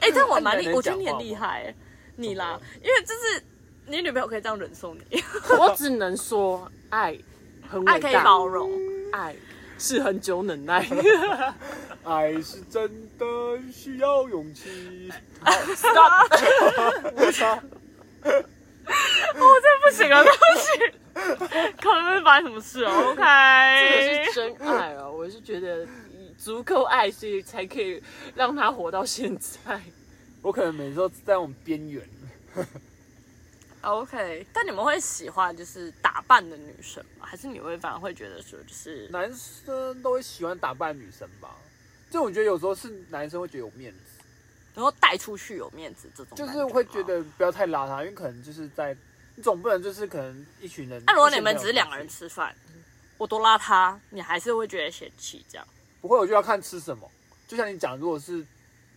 A: 哎、但我蛮
B: 看你
A: 厉，
B: 能
A: 我觉得
B: 讲
A: 你很
B: 话
A: 厉
B: 吗
A: 害、你啦，因为就是你女朋友可以这样忍受你，
B: 我只能说，爱很
A: 爱
B: 伟
A: 可以
B: 大，
A: 包容。
B: 爱是很久忍 耐。
C: 爱是真的需要勇气。
A: 不行啊，对不起，可能会发生什么事 哦。
B: 这
A: OK，
B: 是真爱
A: 哎
B: 啊！我是觉得足够爱，所以才可以让他活到现在。
C: 我可能每次都在那种边缘。
A: OK，但你们会喜欢就是打扮的女生吗？还是你会反而会觉得说就是
C: 男生都会喜欢打扮女生吧？就我觉得有时候是男生会觉得有面子，
A: 然后带出去有面子这种
C: 就
A: 感
C: 是
A: 吗
C: 会觉。得不要太邋遢，因为可能就是在你总不能就是可能一群人。
A: 那如果
C: 一群
A: 你们只是两个人
C: 朋友
A: 吃饭，我多邋遢，你还是会觉得嫌弃这样。
C: 不会，我就要看吃什么。就像你讲，如果是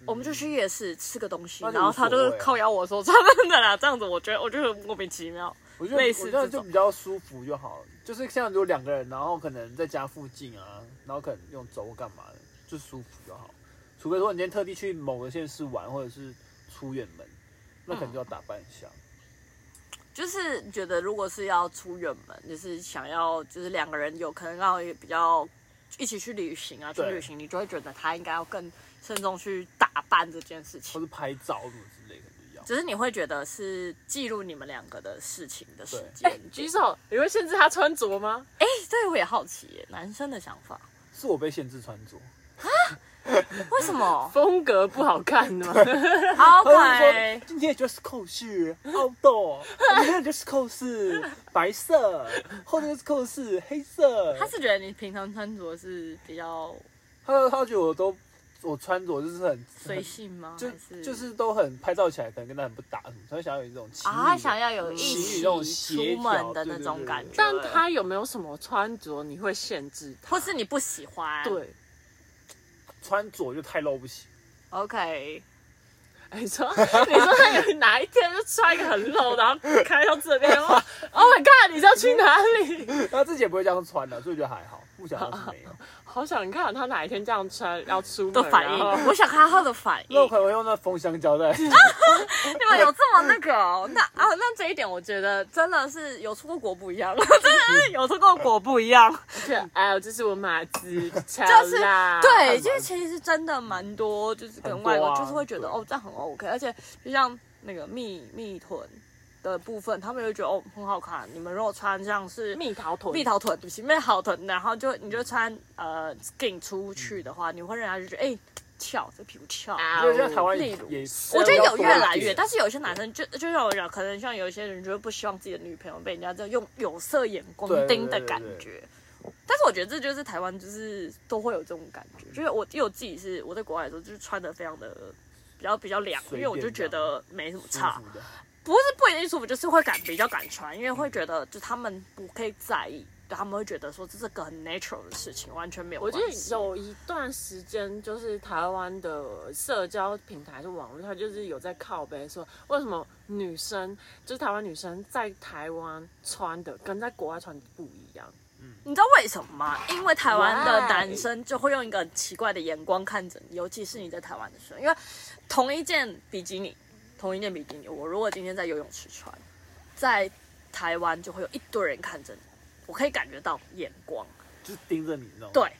A: 我们就去夜市吃个东西，
C: 嗯那就
A: 然后他
C: 无
A: 就
C: 所谓啊
A: 靠邀我说真的啦，这样子我觉得我觉得很莫名其妙。
C: 我觉得
A: 类似
C: 我觉得
A: 这种
C: 就比较舒服就好了。就是像如果两个人，然后可能在家附近啊，然后可能用走干嘛的，就舒服就好。除非说你今天特地去某个县市玩，或者是出远门，那可能就要打扮一下。
A: 就是觉得如果是要出远门，就是想要就是两个人有可能要比较一起去旅行啊，去
C: 对
A: 旅行，你就会觉得他应该要更慎重去打扮这件事
C: 或
A: 情。
C: 是拍照什么之类的就要。
A: 只是你会觉得是记录你们两个的事情的时间
B: 哎、
A: 点。
B: 举手，你会限制他穿着吗？
A: 哎、对我也好奇耶，男生的想 法
C: 是我被限制穿着，
A: 为什么
B: 风格不好看 的吗？
C: 他就
A: ？OK，
C: 说今天的 dress code 是 outdoor，我哦 们今天的 dress code 是白色，后天的 dress code 是黑色。
A: 他是觉得你平常穿着是比较
C: 他他觉得我都我穿着就是很
A: 随性吗？
C: 就
A: 还是
C: 就是都很拍照起来可能跟他很不搭什么，他想要有这种情侣
A: 啊，
C: 的
A: 想要有一
C: 情侣
A: 起
C: 那种协
A: 出
C: 调
A: 门的
C: 对
A: 那
C: 对
A: 种
C: 对
A: 感觉
C: 对，
B: 但他有没有什么穿着你会限制他？
A: 或是你不喜欢？
B: 对，
C: 穿着就太露不行。
A: ，OK。
B: 你说你说他有哪一天就穿一个很露，然后开到这边哇，Oh my god！你是要去哪里？
C: 他自己也不会这样穿的，所以我觉得还好，目前倒是没有。
A: 啊
B: 好想看他哪一天这样穿要出门
A: 的反应
B: 然后，
A: 我想看他的反应。
C: 那 我可能会用那封箱胶
A: 啊
C: 带，
A: 你们有这么那个哦？那啊，那这一点我觉得真的是有出过国不一样， 真的是有出过国不一样。
B: 可哎呦，这是我 马子，就
A: 就是 对，因为其实是真的蛮啊多，就是跟外国
C: 很多啊
A: 就是会觉得
C: 对
A: 哦，这样很 OK，而且就像那个蜜蜜臀的部分，他们就觉得哦很好看。你们如果穿像是
B: 蜜桃臀，
A: 蜜桃臀，对不起，蜜桃臀，然后就你就穿呃 skin 出去的话，你会让人家就觉得哎翘，这皮肤翘。
B: 啊
C: 就是像台湾也
A: 例如
C: 也，
A: 我觉得有越来
C: 比较多一
A: 越，
C: 点
A: 但是有些男生就就像我讲，可能像有一些人就会不希望自己的女朋友被人家这用有色眼光
C: 对对
A: 盯的
C: 对对
A: 感
C: 对
A: 觉。但是我觉得这就是台湾，就是都会有这种感觉。就是我因为我自己是我在国外的时候，就是穿的非常的比较比较凉，因
C: 随便
A: 为我就觉得没什么差
C: 舒，服的
A: 不是不一定舒服，就是会敢比较敢穿，因为会觉得就他们不可以在意。他们会觉得说这是个很 natural 的事情，完全没有
B: 我
A: 关
B: 觉
A: 系。
B: 得有一段时间，就是台湾的社交平台就网络，它就是有在靠背说，为什么女生就是台湾女生在台湾穿的跟在国外穿的不一样？
A: 你知道为什么吗？因为台湾的男生就会用一个很奇怪的眼光看着你，尤其是你在台湾的时候，因为同一件比基尼，同一件比基尼，我如果今天在游泳池穿，在台湾就会有一堆人看着你，我可以感觉到眼光。
C: 就是盯着你，你知道吗？
A: 对，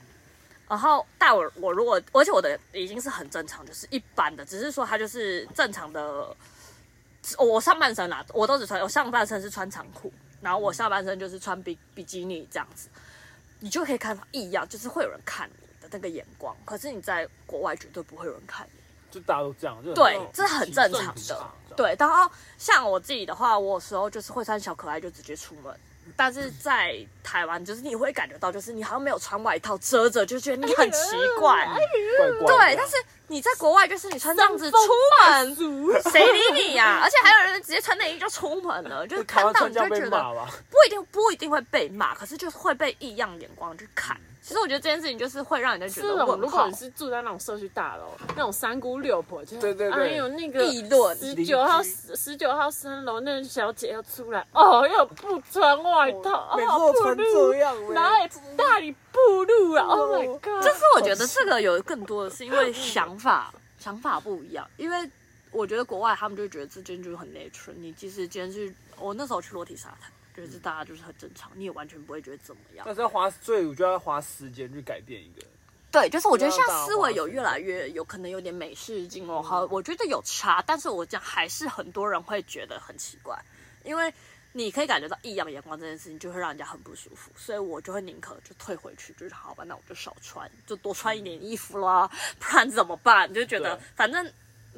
A: 然后但我我如果，而且我的已经是很正常，就是一般的，只是说它就是正常的。我上半身啦，我都只穿，我上半身是穿长裤，然后我下半身就是穿比比基尼这样子，你就可以看到异样，就是会有人看你的那个眼光。可是你在国外绝对不会有人看你，
C: 就大家都这样，就
A: 对
C: 很，
A: 这很正常的。，对，然后像我自己的话，我有时候就是会穿小可爱就直接出门。但是在台湾，就是你会感觉到，就是你好像没有穿外套遮着，就觉得你很奇
C: 哎
A: 怪。
C: 怪怪的
A: 对，但是你在国外，就是你穿这样子出门，谁理你呀、而且还有人直接穿内衣就出门了，就是
C: 台
A: 看
C: 湾
A: 到
C: 穿
A: 你就
C: 这样被
A: 觉得
C: 骂哦吧，
A: 不一定不一定会被骂，可是就是会被异样眼光去看。
C: 嗯
A: 其实我觉得这件事情就是会让人家觉
B: 这
A: 得
B: 种
A: 问
B: 如果
A: 号
B: 你。是住在那种社区大楼，那种三姑六婆，就是
C: 对对对
B: 哎呦那个
A: 议论
B: 十九号十九号三楼那小姐要出来，哦又不穿外套，
C: 每
B: 哦暴
C: 次都穿这
B: 露，
C: 样，
B: 哪里大理暴露啊？Oh my
C: 哦
B: god！
A: 但是我觉得这个有更多的是因为想法想法不一样，因为我觉得国外他们就觉得这件就是很 nature，你即使今天去，我那时候去裸体沙滩，就是大家就是很正常，你也完全不会觉得怎么样
C: 但。是要花，所以我就要花时间去改变一个。
A: 对，就是我觉得现
C: 不要
A: 在
C: 大
A: 思维有
C: 花嗯
A: 越来越有可能有点美式进入，好，我觉得有差，但是我讲还是很多人会觉得很奇怪，因为你可以感觉到异样眼光这件事情就会让人家很不舒服，所以我就会宁可就退回去，就是好吧，那我就少穿，就多穿一点衣服啦，不然怎么办？就觉得
C: 嗯对
A: 反正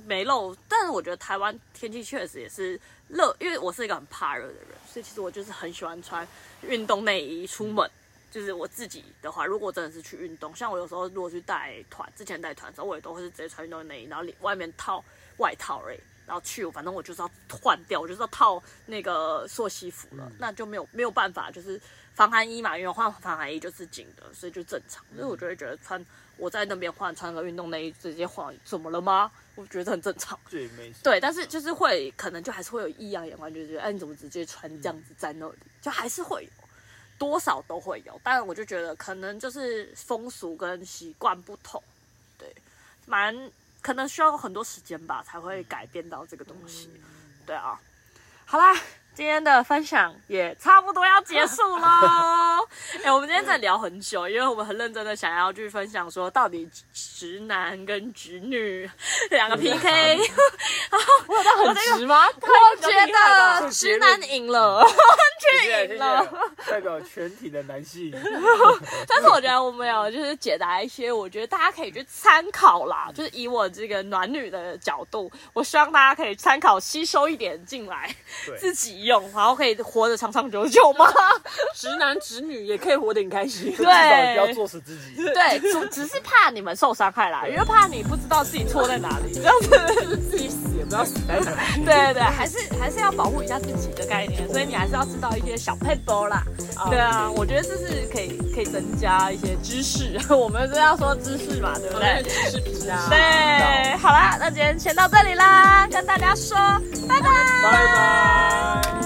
A: 没漏，但是我觉得台湾天气确实也是热，因为我是一个很怕热的人，所以其实我就是很喜欢穿运动内衣出门。就是我自己的话，如果真的是去运动，像我有时候如果去带团，之前带团的时候，我也都会是直接穿运动内衣，然后里外面套外套而已，然后去，反正我就是要换掉，我就是要套那个溯西服了，那就没有没有办法，就是防寒衣嘛，因为我换防寒衣就是紧的，所以就正常。所以我就会觉得穿我在那边换穿个运动内衣直接换，怎么了吗？我觉得很正常。
C: 对，没事。
A: 对，但是就是会可能就还是会有异样眼光，就觉得哎，你怎么直接穿这样子在那里？就还是会有，多少都会有。但我就觉得可能就是风俗跟习惯不同，对，蛮可能需要很多时间吧，才会改变到这个东西。对啊，好啦。今天的分享也差不多要结束喽。哎、我们今天在聊很久，因为我们很认真的想要去分享说，到底直男跟直女两个 PK
B: 我有到很直吗？
A: 我
B: 我
A: 觉得直男赢了，去
C: 谢谢，谢
A: 赢
C: 谢
A: 了，
C: 代表全体的 男性，
A: 但是我觉得我们有就是解答一些，我觉得大家可以去参考啦。就是以我这个暖女的角度，我希望大家可以参考吸收一点进来，
C: 对
A: 自己用，然后可以活得长长久久嘛。
B: 直男直女也可以活得很开心。
A: 对
C: 至少你不要作死自己。
A: 对，只只是怕你们受伤害啦，因为怕你不知道自己错在哪里，这样子就是自己死
B: 也不要死在哪里。
A: 对对，还是还是要保护一下自己的概念，所以你还是要知道一些小配波啦。对啊，我觉得这是可以可以增加一些知识， 我们是要说知识嘛，对不
B: 我
A: 对
B: 们？只是皮啊。
A: 对，好啦，那今天先到这里啦，跟大家说拜拜
C: 拜拜。